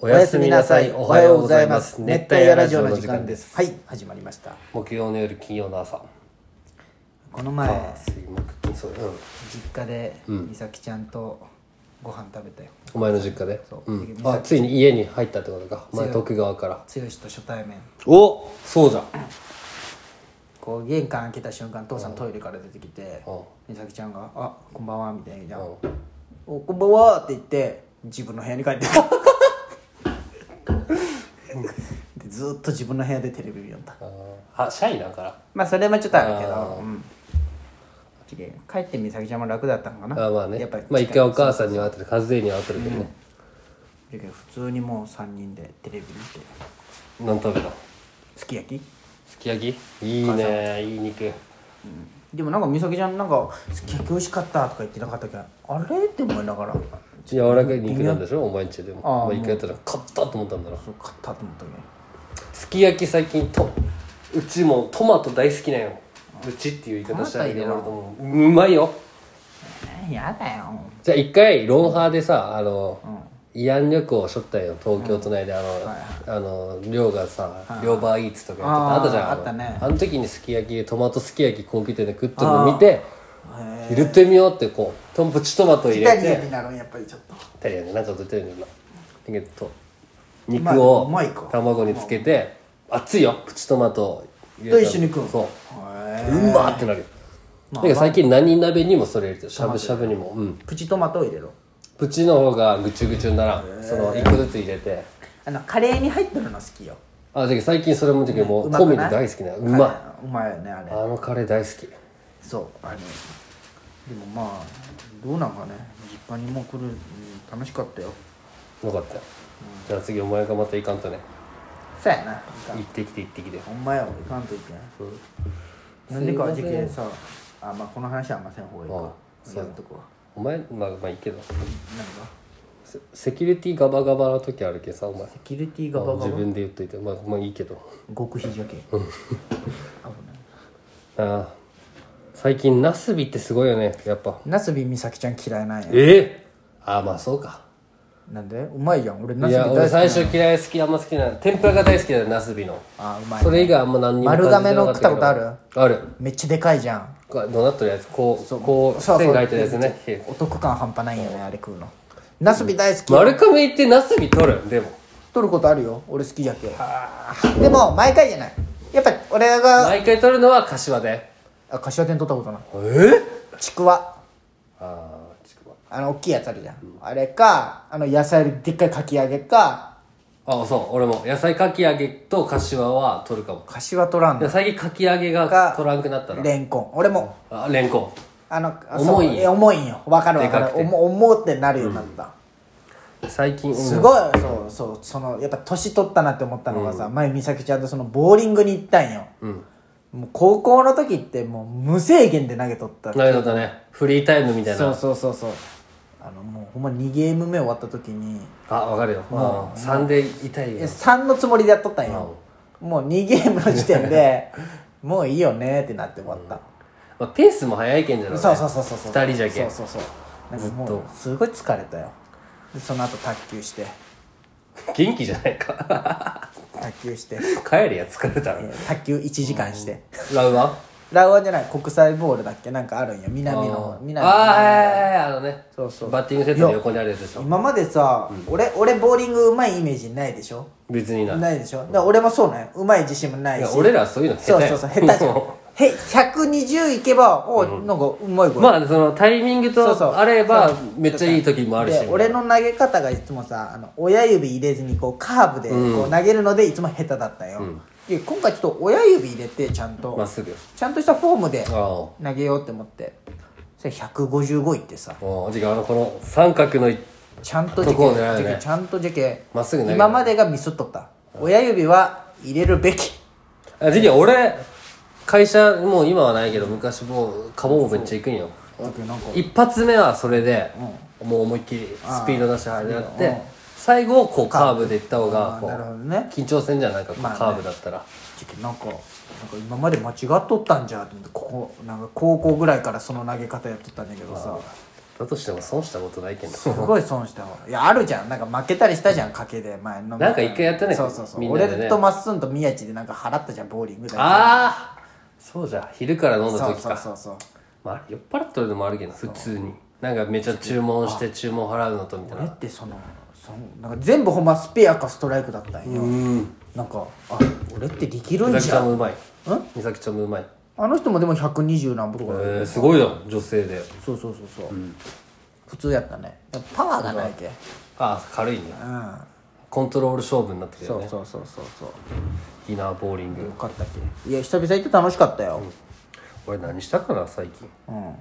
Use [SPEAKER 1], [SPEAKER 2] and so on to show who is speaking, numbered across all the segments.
[SPEAKER 1] おやすみなさい。おはようございます。熱帯夜ラジオの時間です。
[SPEAKER 2] はい、始まりました。
[SPEAKER 1] 木曜の夜、金曜の朝。
[SPEAKER 2] この前、
[SPEAKER 1] 水木金そううん。
[SPEAKER 2] 実家で美咲ちゃんとご飯食べたよ。
[SPEAKER 1] お前の実家で。。
[SPEAKER 2] そううん
[SPEAKER 1] あ、ついに家に入ったってことか。お前徳川から。
[SPEAKER 2] 剛と初対面。
[SPEAKER 1] お、そうじゃん。
[SPEAKER 2] こう玄関開けた瞬間、父さんトイレから出てきて
[SPEAKER 1] うん、
[SPEAKER 2] 美咲ちゃんが、あ、こんばんはみたいな言うじゃん。
[SPEAKER 1] うん
[SPEAKER 2] お、こんばんはって言って、自分の部屋に帰ってた。でずっと自分の部屋でテレビ見よった。
[SPEAKER 1] あ、シャイだから。
[SPEAKER 2] まあそれもちょっとあるけど、うん。綺麗帰って美咲ちゃんも楽だったのかな。
[SPEAKER 1] あ、まあね
[SPEAKER 2] やっぱり。
[SPEAKER 1] まあ一回お母さんには会ってて、和江には会ってるけどね。
[SPEAKER 2] だけど普通にもう3人でテレビ見て
[SPEAKER 1] 何食べた
[SPEAKER 2] すき焼き
[SPEAKER 1] すき焼きいいね。いい肉。
[SPEAKER 2] でもなんか美咲ちゃんなんか「すき焼き美味しかった」とか言ってなかったけどあれって思いながら「
[SPEAKER 1] 柔らかい肉なんでしょお前んちでも。
[SPEAKER 2] あー
[SPEAKER 1] まあ一回やったら、買ったと思ったんだろ。
[SPEAKER 2] そう買った」と思ったけど
[SPEAKER 1] すき焼き最近とうちもトマト大好きなんようちっていう言い方したらいいけど
[SPEAKER 2] トマ
[SPEAKER 1] 俺ともううまいよ
[SPEAKER 2] 「えやだよ
[SPEAKER 1] じゃあ一回ロンハーでさあの、慰安旅行しょったんよ東京都内であの、あの寮がさ寮バーイーツとかやってた
[SPEAKER 2] あー
[SPEAKER 1] あったじゃんの
[SPEAKER 2] あったね
[SPEAKER 1] あの時にすき焼きトマトすき焼き高級店で食っとるの見て入れてみようってこうトンプチトマト」入
[SPEAKER 2] イ
[SPEAKER 1] れ
[SPEAKER 2] タ
[SPEAKER 1] て
[SPEAKER 2] リアになるんやっぱりちょっと
[SPEAKER 1] イタリアンでなんか出てるんだよなだけど
[SPEAKER 2] まあ
[SPEAKER 1] 肉を
[SPEAKER 2] うまいか
[SPEAKER 1] 卵につけて熱いよプチトマトを入れたら
[SPEAKER 2] と一緒に食うの
[SPEAKER 1] そう
[SPEAKER 2] へ
[SPEAKER 1] うまってなるよだから最近何鍋にもそれ入れてるしゃぶしゃぶにもうん
[SPEAKER 2] プチトマトを入れろ
[SPEAKER 1] プチの方がぐちゅぐちゅにならんその一個ずつ入れて
[SPEAKER 2] あのカレーに入ってるの好きよ
[SPEAKER 1] あじゃあ最近それもできるもう
[SPEAKER 2] う
[SPEAKER 1] 込みで
[SPEAKER 2] くない
[SPEAKER 1] 大好きなうま
[SPEAKER 2] いまいよねあ
[SPEAKER 1] い
[SPEAKER 2] れ
[SPEAKER 1] あのカレー大好き
[SPEAKER 2] そうあれでもまあどうなんかね実家にもう来る、うん楽しかったよ
[SPEAKER 1] よかったよじゃあ次お前がまた行かんとね
[SPEAKER 2] そうやな
[SPEAKER 1] 行ってきて行ってきて
[SPEAKER 2] ほんまや俺行かんといけんなんでかはじけさあまあこの話はあんませんほうがいい
[SPEAKER 1] ああ
[SPEAKER 2] か
[SPEAKER 1] そう
[SPEAKER 2] やめとこう
[SPEAKER 1] お前まあまあいいけど
[SPEAKER 2] 何が
[SPEAKER 1] セセキュリティガバガバの時あるけさお前
[SPEAKER 2] セキュリティがババ
[SPEAKER 1] 自分で言っといてまあまあいいけど
[SPEAKER 2] 極秘じゃけ危ない
[SPEAKER 1] ああ最近ナスビってすごいよねやっぱ
[SPEAKER 2] なすびみさきちゃん嫌いなんや
[SPEAKER 1] ええああまあそうか
[SPEAKER 2] なんでうまいやん俺ないすび
[SPEAKER 1] や
[SPEAKER 2] 大好きな
[SPEAKER 1] 俺
[SPEAKER 2] の
[SPEAKER 1] 最初嫌い好きあんま好きな天ぷらが大好きだよナスビの
[SPEAKER 2] あうまい
[SPEAKER 1] それ以外あんま何にも
[SPEAKER 2] 丸亀の
[SPEAKER 1] 感じなかたけど
[SPEAKER 2] 食っ
[SPEAKER 1] ある
[SPEAKER 2] めっちゃでかいじゃん
[SPEAKER 1] こうどうなっとるやつこうこう線が入ってるやつね
[SPEAKER 2] お得感半端ないよねあれ食うのなすび大好き
[SPEAKER 1] 丸亀行ってナスビ取るでも
[SPEAKER 2] 取ることあるよ俺好きじゃけでも毎回じゃないやっぱ俺が
[SPEAKER 1] 毎回取るのは柏で
[SPEAKER 2] あ柏店取ったことない
[SPEAKER 1] ええ
[SPEAKER 2] ちくわ
[SPEAKER 1] ああちくわ
[SPEAKER 2] あの大きいやつあるじゃん、あれかあの野菜よりでっかいかき揚げか
[SPEAKER 1] あそう俺も野菜かき揚げと柏は取るかも
[SPEAKER 2] かしわとらん
[SPEAKER 1] いや
[SPEAKER 2] の
[SPEAKER 1] 最近かき揚げが
[SPEAKER 2] か
[SPEAKER 1] 取らんくなったら
[SPEAKER 2] レンコン俺も
[SPEAKER 1] あレンコン
[SPEAKER 2] あのあ
[SPEAKER 1] 重い
[SPEAKER 2] そうえ重いんよわかるわか
[SPEAKER 1] でか
[SPEAKER 2] る
[SPEAKER 1] くて
[SPEAKER 2] 重重ってなるようになった、
[SPEAKER 1] 最近
[SPEAKER 2] すごいそうそうそのやっぱ年取ったなって思ったのがさ、前美咲ちゃんとそのボーリングに行ったんよ、もう高校の時ってもう無制限で投げとった
[SPEAKER 1] なるほどねフリータイムみたい
[SPEAKER 2] そう
[SPEAKER 1] な
[SPEAKER 2] そうそうそうあのもうほんま2ゲーム目終わった時に
[SPEAKER 1] あわかるようん3で痛い
[SPEAKER 2] え
[SPEAKER 1] よ
[SPEAKER 2] 3のつもりでやっとったんよ、もう2ゲームの時点で もういいよねってなって終わった、
[SPEAKER 1] まあペースも早いけんじゃろね
[SPEAKER 2] そうそうそうそうそう
[SPEAKER 1] 2人じゃけん
[SPEAKER 2] そうそうそうなんか
[SPEAKER 1] ずっ
[SPEAKER 2] もうすごい疲れたよでその後卓球して
[SPEAKER 1] 元気じゃないか
[SPEAKER 2] 卓球して
[SPEAKER 1] 帰りや疲れた ら
[SPEAKER 2] えー卓球1時間して、
[SPEAKER 1] ラウは
[SPEAKER 2] ラウアンじゃない国際ボールだっけなんかあるんよ南の方南の
[SPEAKER 1] ああ
[SPEAKER 2] 方
[SPEAKER 1] はいはいはいあのね
[SPEAKER 2] そうそう
[SPEAKER 1] バッティングセットの横にあるやつでしょ
[SPEAKER 2] 今までさ、俺俺ボーリングうまいイメージないでしょ
[SPEAKER 1] 別にない
[SPEAKER 2] ないでしょだから俺もそうなんようまい自信もないいし
[SPEAKER 1] や俺らはそういうの下
[SPEAKER 2] そう
[SPEAKER 1] 手
[SPEAKER 2] そうそう下手じゃんへ120いけばおなんかうまいこ れ、
[SPEAKER 1] まあそのタイミング
[SPEAKER 2] そうそう
[SPEAKER 1] とあればめっちゃいい時もあるし
[SPEAKER 2] で俺の投げ方がいつもさあの親指入れずにこうカーブでこう投げるのでいつも下手だったよ、で今回ちょっと親指入れてちゃんと、
[SPEAKER 1] まっすぐ
[SPEAKER 2] ちゃんとしたフォームで
[SPEAKER 1] ああ
[SPEAKER 2] 投げようって思ってそれ155いってさ
[SPEAKER 1] おうじゃああのこの三角のい
[SPEAKER 2] ちゃんとじ
[SPEAKER 1] とこ
[SPEAKER 2] け
[SPEAKER 1] を狙うね
[SPEAKER 2] じけちゃんとじけ
[SPEAKER 1] まっすぐ投げる
[SPEAKER 2] 今までがミスっとった親指は入れるべき
[SPEAKER 1] あジュニア俺会社もう今はないけど昔もうカモもめっちゃ行くんよ
[SPEAKER 2] だけどなんか
[SPEAKER 1] 一発目はそれで、もう思いっきりスピード出してあれやって、最後こうカーブでいった方が
[SPEAKER 2] あー
[SPEAKER 1] こう
[SPEAKER 2] なるほどね
[SPEAKER 1] 緊張せんじゃんなんかこうカーブだったら、
[SPEAKER 2] じけなんかなんか今まで間違っとったんじゃと思ってここなんか高校ぐらいからその投げ方やっとったんだけどさ
[SPEAKER 1] だとしても損したことないけど。
[SPEAKER 2] すごい損したわいやあるじゃんなんか負けたりしたじゃん賭けで前飲み会
[SPEAKER 1] なんか一回やってない
[SPEAKER 2] そうそうそう、
[SPEAKER 1] みんな
[SPEAKER 2] 俺
[SPEAKER 1] でね
[SPEAKER 2] とまっすんと宮地でなんか払ったじゃんボーリングで
[SPEAKER 1] ああそうじゃ、昼から飲んだ
[SPEAKER 2] そう
[SPEAKER 1] 時
[SPEAKER 2] そう
[SPEAKER 1] か。
[SPEAKER 2] そうそう
[SPEAKER 1] まあ、酔っ払ってるのもあるけど、普通に。なんかめっちゃ注文して注文払うのとみたい
[SPEAKER 2] 俺っ
[SPEAKER 1] な。
[SPEAKER 2] てそのそのなんか全部ほんまスペアかストライクだったんよ、
[SPEAKER 1] うん。
[SPEAKER 2] なんかあ俺って力
[SPEAKER 1] 美
[SPEAKER 2] るん
[SPEAKER 1] 咲
[SPEAKER 2] じ
[SPEAKER 1] ちゃ
[SPEAKER 2] ゃ
[SPEAKER 1] ん
[SPEAKER 2] ん
[SPEAKER 1] もうまい。美咲ちゃんもうまい。
[SPEAKER 2] あの人もでも120何歩とかだよ、
[SPEAKER 1] えー、すごいだもん、女性で。
[SPEAKER 2] そうそうそうそう、普通やったねやっぱパワーがないけ
[SPEAKER 1] ああ、軽いね。
[SPEAKER 2] うん
[SPEAKER 1] コントロール勝負になってきた
[SPEAKER 2] そ
[SPEAKER 1] よ
[SPEAKER 2] う
[SPEAKER 1] ね。
[SPEAKER 2] そうそうそうそう
[SPEAKER 1] いいな、ボーリン
[SPEAKER 2] よ
[SPEAKER 1] グ。
[SPEAKER 2] かったっけいや久々行って楽しかったよ
[SPEAKER 1] 俺何したかな、最近。
[SPEAKER 2] うん、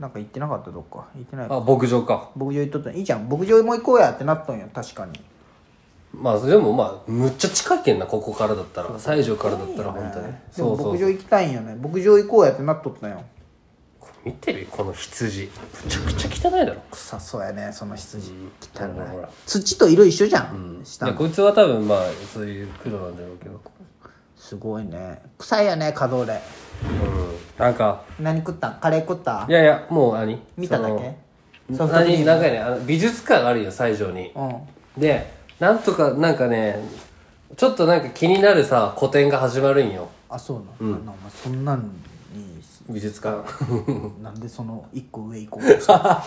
[SPEAKER 2] なんか行ってなかったどっか行ってない
[SPEAKER 1] あ、牧場か。
[SPEAKER 2] 牧場行っとったいいじゃん牧場も行こうやってなったんよ確かに
[SPEAKER 1] まあ、でもまあ、むっちゃ近いけんな、ここからだったら。西条からだったら、本当に。
[SPEAKER 2] で
[SPEAKER 1] そ
[SPEAKER 2] も
[SPEAKER 1] うそう
[SPEAKER 2] 牧場行きたいんよね牧場行こうやってなっとったんよ
[SPEAKER 1] 見てるこの羊めちゃくちゃ汚いだろ
[SPEAKER 2] 臭そうやねその羊汚
[SPEAKER 1] ほらほ
[SPEAKER 2] い
[SPEAKER 1] ら
[SPEAKER 2] 土と色一緒じゃん、下
[SPEAKER 1] でこいつは多分まあそういう黒なんだろうけど
[SPEAKER 2] すごいね臭いよね稼働で
[SPEAKER 1] うんなんか
[SPEAKER 2] 何食ったんカレー食った
[SPEAKER 1] いやいやもう何
[SPEAKER 2] 見ただけ
[SPEAKER 1] その何なんかねあの美術館があるよ西条に
[SPEAKER 2] うん
[SPEAKER 1] でなんとかなんかねちょっとなんか気になるさ個展が始まるんよ
[SPEAKER 2] あそうな、うん、お前そんなんに
[SPEAKER 1] 美術館
[SPEAKER 2] なんでその一個上行こう とした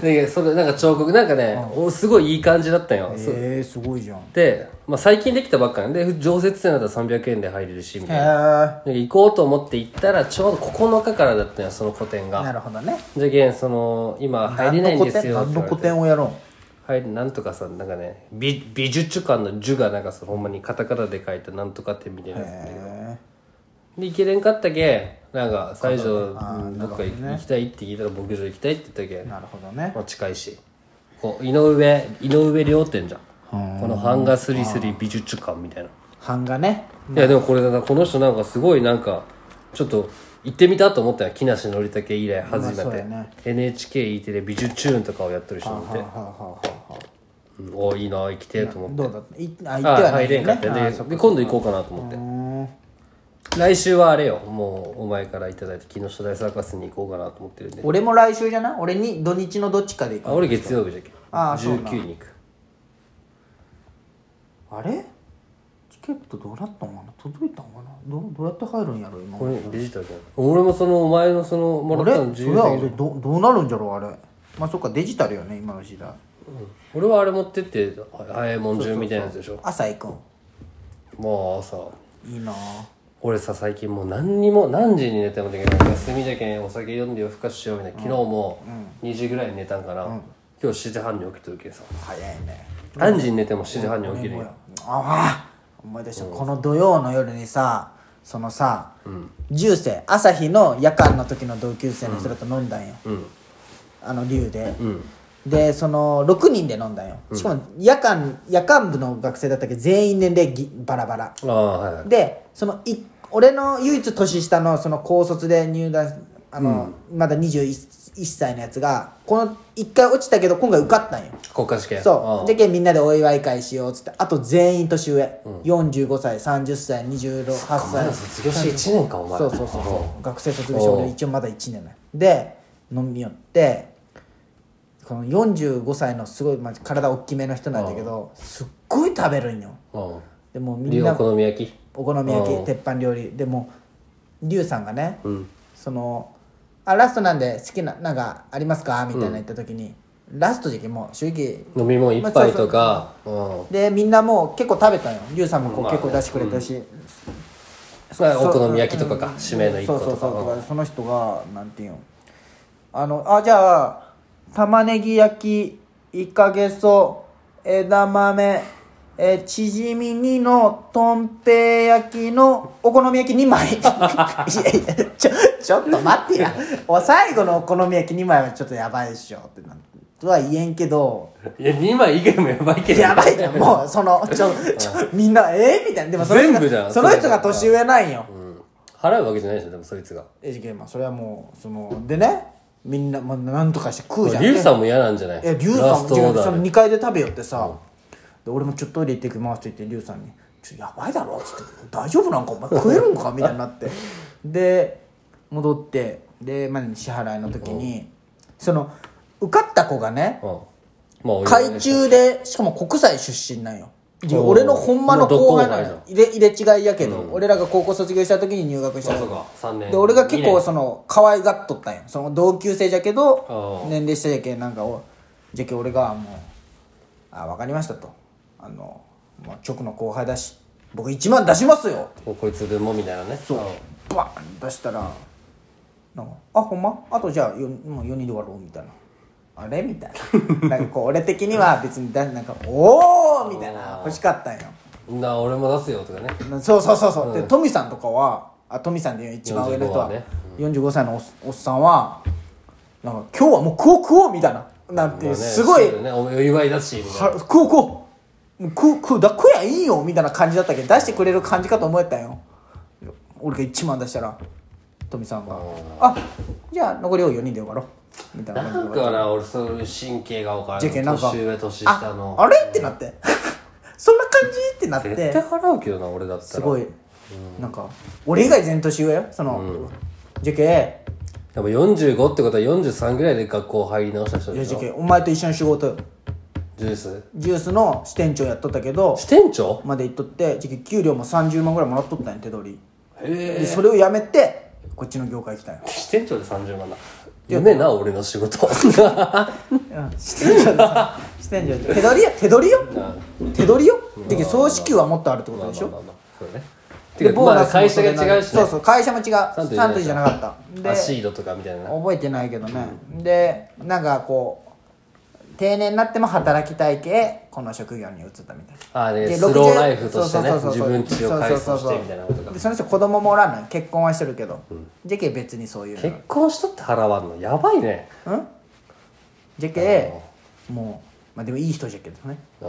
[SPEAKER 1] でそれなんか彫刻なんかね、おすごいいい感じだったよ、そう
[SPEAKER 2] えー、すごいじゃんへ
[SPEAKER 1] で、まあ、最近できたばっかなんで常設展だったら300円で入れるしみたいな
[SPEAKER 2] え
[SPEAKER 1] で行こうと思って行ったらちょうど9日からだったよその個展
[SPEAKER 2] な
[SPEAKER 1] が
[SPEAKER 2] るほどね
[SPEAKER 1] じゃけんその今入れないんですよ
[SPEAKER 2] 何の個
[SPEAKER 1] って言われて
[SPEAKER 2] 展をやろ
[SPEAKER 1] 入れなんとかさなんかね美美術館の「樹」がなんかそのほんまにカタカナで書いたなんとかってみたいな
[SPEAKER 2] う
[SPEAKER 1] やつ
[SPEAKER 2] へ
[SPEAKER 1] で行けれんかったけんなんか西条うんどっか行きたいって聞いたら牧場行きたいって言ったけ
[SPEAKER 2] え
[SPEAKER 1] ん
[SPEAKER 2] なるほどね
[SPEAKER 1] まあ近いしこう井上井上亮店じゃん
[SPEAKER 2] うん
[SPEAKER 1] この版画スリスリ美術館みたいな
[SPEAKER 2] 版画ね
[SPEAKER 1] いやでもこれなんかこの人なんかすごいなんかちょっと行ってみたと思ったよ木梨憲武以来初
[SPEAKER 2] まあそう
[SPEAKER 1] めて、
[SPEAKER 2] やね
[SPEAKER 1] NHKE テレビ「ュチューン」とかをやってる人
[SPEAKER 2] は
[SPEAKER 1] なん
[SPEAKER 2] あは
[SPEAKER 1] で
[SPEAKER 2] あはあは
[SPEAKER 1] うんおいいな行きてえと
[SPEAKER 2] あ
[SPEAKER 1] 思って
[SPEAKER 2] どうだったいあ行
[SPEAKER 1] あ
[SPEAKER 2] ってはな
[SPEAKER 1] 入
[SPEAKER 2] い
[SPEAKER 1] れ
[SPEAKER 2] よ
[SPEAKER 1] んか
[SPEAKER 2] ね
[SPEAKER 1] った
[SPEAKER 2] あ
[SPEAKER 1] で
[SPEAKER 2] ーそっ
[SPEAKER 1] で今度行こうかなと思
[SPEAKER 2] う
[SPEAKER 1] っ
[SPEAKER 2] ーん
[SPEAKER 1] て来週はあれよもうお前からいただいて木下大サーカスに行こうかなと思ってるんで
[SPEAKER 2] 俺も来週じゃない俺に土日のどっちかで
[SPEAKER 1] あ
[SPEAKER 2] 行く
[SPEAKER 1] 俺月曜日じゃけん
[SPEAKER 2] あそうなん
[SPEAKER 1] 19に行く
[SPEAKER 2] あれチケットどうなったんかな届いたんかなどうどうやって入るんやろ今
[SPEAKER 1] これデジタルじゃない俺もそのお前のそのもらったの
[SPEAKER 2] 俺そ
[SPEAKER 1] 自
[SPEAKER 2] れ
[SPEAKER 1] 由
[SPEAKER 2] は
[SPEAKER 1] だけ
[SPEAKER 2] 俺どどうなるんじゃろうあれまあそっかデジタルよね今の時代
[SPEAKER 1] 俺はあれ持ってって早いもん順みたいなやつでしょ
[SPEAKER 2] 朝行くん
[SPEAKER 1] もう朝
[SPEAKER 2] いいなあ
[SPEAKER 1] 俺さ最近もう何にも何時に寝てもできない休みじゃけんお酒飲んで夜更かししようみたいな昨日も2時ぐらいに寝たんかな、今日7時半に起きてるけんさ
[SPEAKER 2] 早いね
[SPEAKER 1] 何時に寝ても7時半に起きるんよ
[SPEAKER 2] ああ思い出した、この土曜の夜にさそのさ、十世朝日の夜間の時の同級生の人らと飲んだんよ、
[SPEAKER 1] うん
[SPEAKER 2] あの竜で、
[SPEAKER 1] ん
[SPEAKER 2] でその6人で飲んだんよ、しかも夜間夜間部の学生だったけど全員年齢ぎバラバラ
[SPEAKER 1] ああはいはい
[SPEAKER 2] でそのい俺の唯一年下のその高卒で入団あの、まだ21歳のやつがこの1回落ちたけど今回受かったんよ、
[SPEAKER 1] 国家試験
[SPEAKER 2] そ
[SPEAKER 1] あ
[SPEAKER 2] うじゃけんみんなでお祝い会しようっつってあと全員年上、45歳30歳28
[SPEAKER 1] あまだ
[SPEAKER 2] 歳
[SPEAKER 1] 卒業して1年かお前
[SPEAKER 2] そうそうそうそう学生卒業して
[SPEAKER 1] おう
[SPEAKER 2] 俺一応まだ1年だよで飲み寄ってこの45歳のすごい、まあ、体大きめの人なんだけどすっごい食べるんよ
[SPEAKER 1] うん
[SPEAKER 2] でもうみ
[SPEAKER 1] リ
[SPEAKER 2] ん
[SPEAKER 1] オお
[SPEAKER 2] な
[SPEAKER 1] 好み焼き
[SPEAKER 2] お好み焼
[SPEAKER 1] う
[SPEAKER 2] き
[SPEAKER 1] ん
[SPEAKER 2] 鉄板料理でもリュウさんがね、
[SPEAKER 1] うん
[SPEAKER 2] そのあラストなんで好きななんかありますかみたいな言った時に、ラスト時期もう正直
[SPEAKER 1] 飲み物一杯とか、うん
[SPEAKER 2] でみんなもう結構食べたよリュウさんもこう結構出してくれたし、
[SPEAKER 1] まあ
[SPEAKER 2] そう
[SPEAKER 1] お好み焼きとかか
[SPEAKER 2] うん
[SPEAKER 1] 締めの1個
[SPEAKER 2] そう
[SPEAKER 1] と
[SPEAKER 2] そうそう
[SPEAKER 1] か
[SPEAKER 2] その人がなんていうんあのあじゃあ玉ねぎ焼きいかげそ枝豆えチヂミ2のとんぺい焼きのお好み焼き2 枚いやいやちょちょっと待ってやお最後のお好み焼き2枚はちょっとやばいっしょってなんとは言えんけど
[SPEAKER 1] うんいや2枚以外もやばいけど
[SPEAKER 2] やばいじゃんもうそのちょちょみんなえみたいなでもその人が
[SPEAKER 1] 全部じゃん
[SPEAKER 2] その人が年上なんよ
[SPEAKER 1] うん払うわけじゃないでしょでもそいつが
[SPEAKER 2] えじけんまあそれはもうそのでねみんな、まあ、なんとかして食うじゃん
[SPEAKER 1] リュウさんも嫌なんじゃない
[SPEAKER 2] えリュウ
[SPEAKER 1] ラ
[SPEAKER 2] さん
[SPEAKER 1] ストオーダ
[SPEAKER 2] そ
[SPEAKER 1] ー
[SPEAKER 2] の
[SPEAKER 1] で
[SPEAKER 2] 2階で食べよってさ、で俺もちょっとトイレ行ってきますって言ってリュウさんに「ちょやばいだろ」っつって「大丈夫なんかお前食えるんか?」みたいに なってで戻ってで、まあ、支払いの時に、その受かった子がね
[SPEAKER 1] うんまあ俺はね
[SPEAKER 2] 海中でしかも国際出身なんよいや
[SPEAKER 1] おー
[SPEAKER 2] 俺のほんまの後輩な
[SPEAKER 1] もうど後
[SPEAKER 2] の
[SPEAKER 1] 輩
[SPEAKER 2] 入れ入れ違いやけど、俺らが高校卒業した時に入学した
[SPEAKER 1] あそうか三年
[SPEAKER 2] で俺が結
[SPEAKER 1] 二
[SPEAKER 2] 構
[SPEAKER 1] 年
[SPEAKER 2] その可愛がっとったんよその同級生じゃけど
[SPEAKER 1] あー
[SPEAKER 2] 年齢下じゃけなんかおじゃけ俺がもう「あ分かりました」と「あのまあ直の後輩だし僕1万出しますよ」
[SPEAKER 1] おこいつでもみたいなねそう
[SPEAKER 2] バーン出したらなんか「あほんまあとじゃあよもう4人で終わろう」みたいな「あれ?」みたい ななんかこう俺的には別にだなんか「おお!」みたいな欲しかったんよ
[SPEAKER 1] な俺も出すよとかね
[SPEAKER 2] なそうそうそうそう、でトミさんとかはあトミさんで一番上の人は
[SPEAKER 1] 45はね
[SPEAKER 2] 45,、歳のおっおっさんはなんか今日はもう食おう食おうみたいななんていう、
[SPEAKER 1] まあね
[SPEAKER 2] すごい
[SPEAKER 1] そうだよねお祝いだしみたいな
[SPEAKER 2] は食おう食おうもう食う食うだ食やいいよみたいな感じだったけど出してくれる感じかと思えたんよ俺が1万出したらトミさんが「あじゃあ残りを4人で終わろう」みたいな感じで
[SPEAKER 1] なん
[SPEAKER 2] 終わっ
[SPEAKER 1] かな俺そういう神経が分から
[SPEAKER 2] じゃけんなんか
[SPEAKER 1] 年上年
[SPEAKER 2] あ
[SPEAKER 1] 下の
[SPEAKER 2] あれってなって そんな感じってなって
[SPEAKER 1] 絶対払うけどな俺だったら
[SPEAKER 2] すごい、なんか俺以外全年上よその、じゃけ
[SPEAKER 1] でも45ってことは43ぐらいで学校入り直した人
[SPEAKER 2] いや
[SPEAKER 1] で
[SPEAKER 2] じ
[SPEAKER 1] し
[SPEAKER 2] ゃ
[SPEAKER 1] ょ
[SPEAKER 2] けお前と一緒の仕事よ
[SPEAKER 1] ジュース
[SPEAKER 2] ジュースの支店長やっとったけど
[SPEAKER 1] 支店長
[SPEAKER 2] まで行っとってじゃけ給料も30万ぐらいもらっとったんや手取り
[SPEAKER 1] へ
[SPEAKER 2] でそれをやめてこっちの業界来たんよ
[SPEAKER 1] え支店長で30万だ夢な俺の 仕事う
[SPEAKER 2] うん支店長でさ支店長で手取りよ手取りよ手取りよじゃけ総支給はもっとあるってことでしょ
[SPEAKER 1] んまあまあそうねて
[SPEAKER 2] で
[SPEAKER 1] かまあ
[SPEAKER 2] も
[SPEAKER 1] 会社が違うし
[SPEAKER 2] そ
[SPEAKER 1] ね
[SPEAKER 2] うそう会社も違うサ
[SPEAKER 1] ントリーじゃない
[SPEAKER 2] ントリーじゃなかったで
[SPEAKER 1] アシードとかみたいな
[SPEAKER 2] 覚えてないけどね、でなんかこう定年になっても働きたい系この職業に移ったみたいな
[SPEAKER 1] あーで
[SPEAKER 2] で
[SPEAKER 1] スローライフとしてね
[SPEAKER 2] そうそう
[SPEAKER 1] 自
[SPEAKER 2] そうそ
[SPEAKER 1] 分家を
[SPEAKER 2] う
[SPEAKER 1] 改装してみたいなことか
[SPEAKER 2] でその人子供もおらんのよ結婚はしてるけど、ジェケ別にそういうの
[SPEAKER 1] 結婚したって払わんのやばいね
[SPEAKER 2] うんジェケもうまあでもいい人じゃけどね
[SPEAKER 1] うん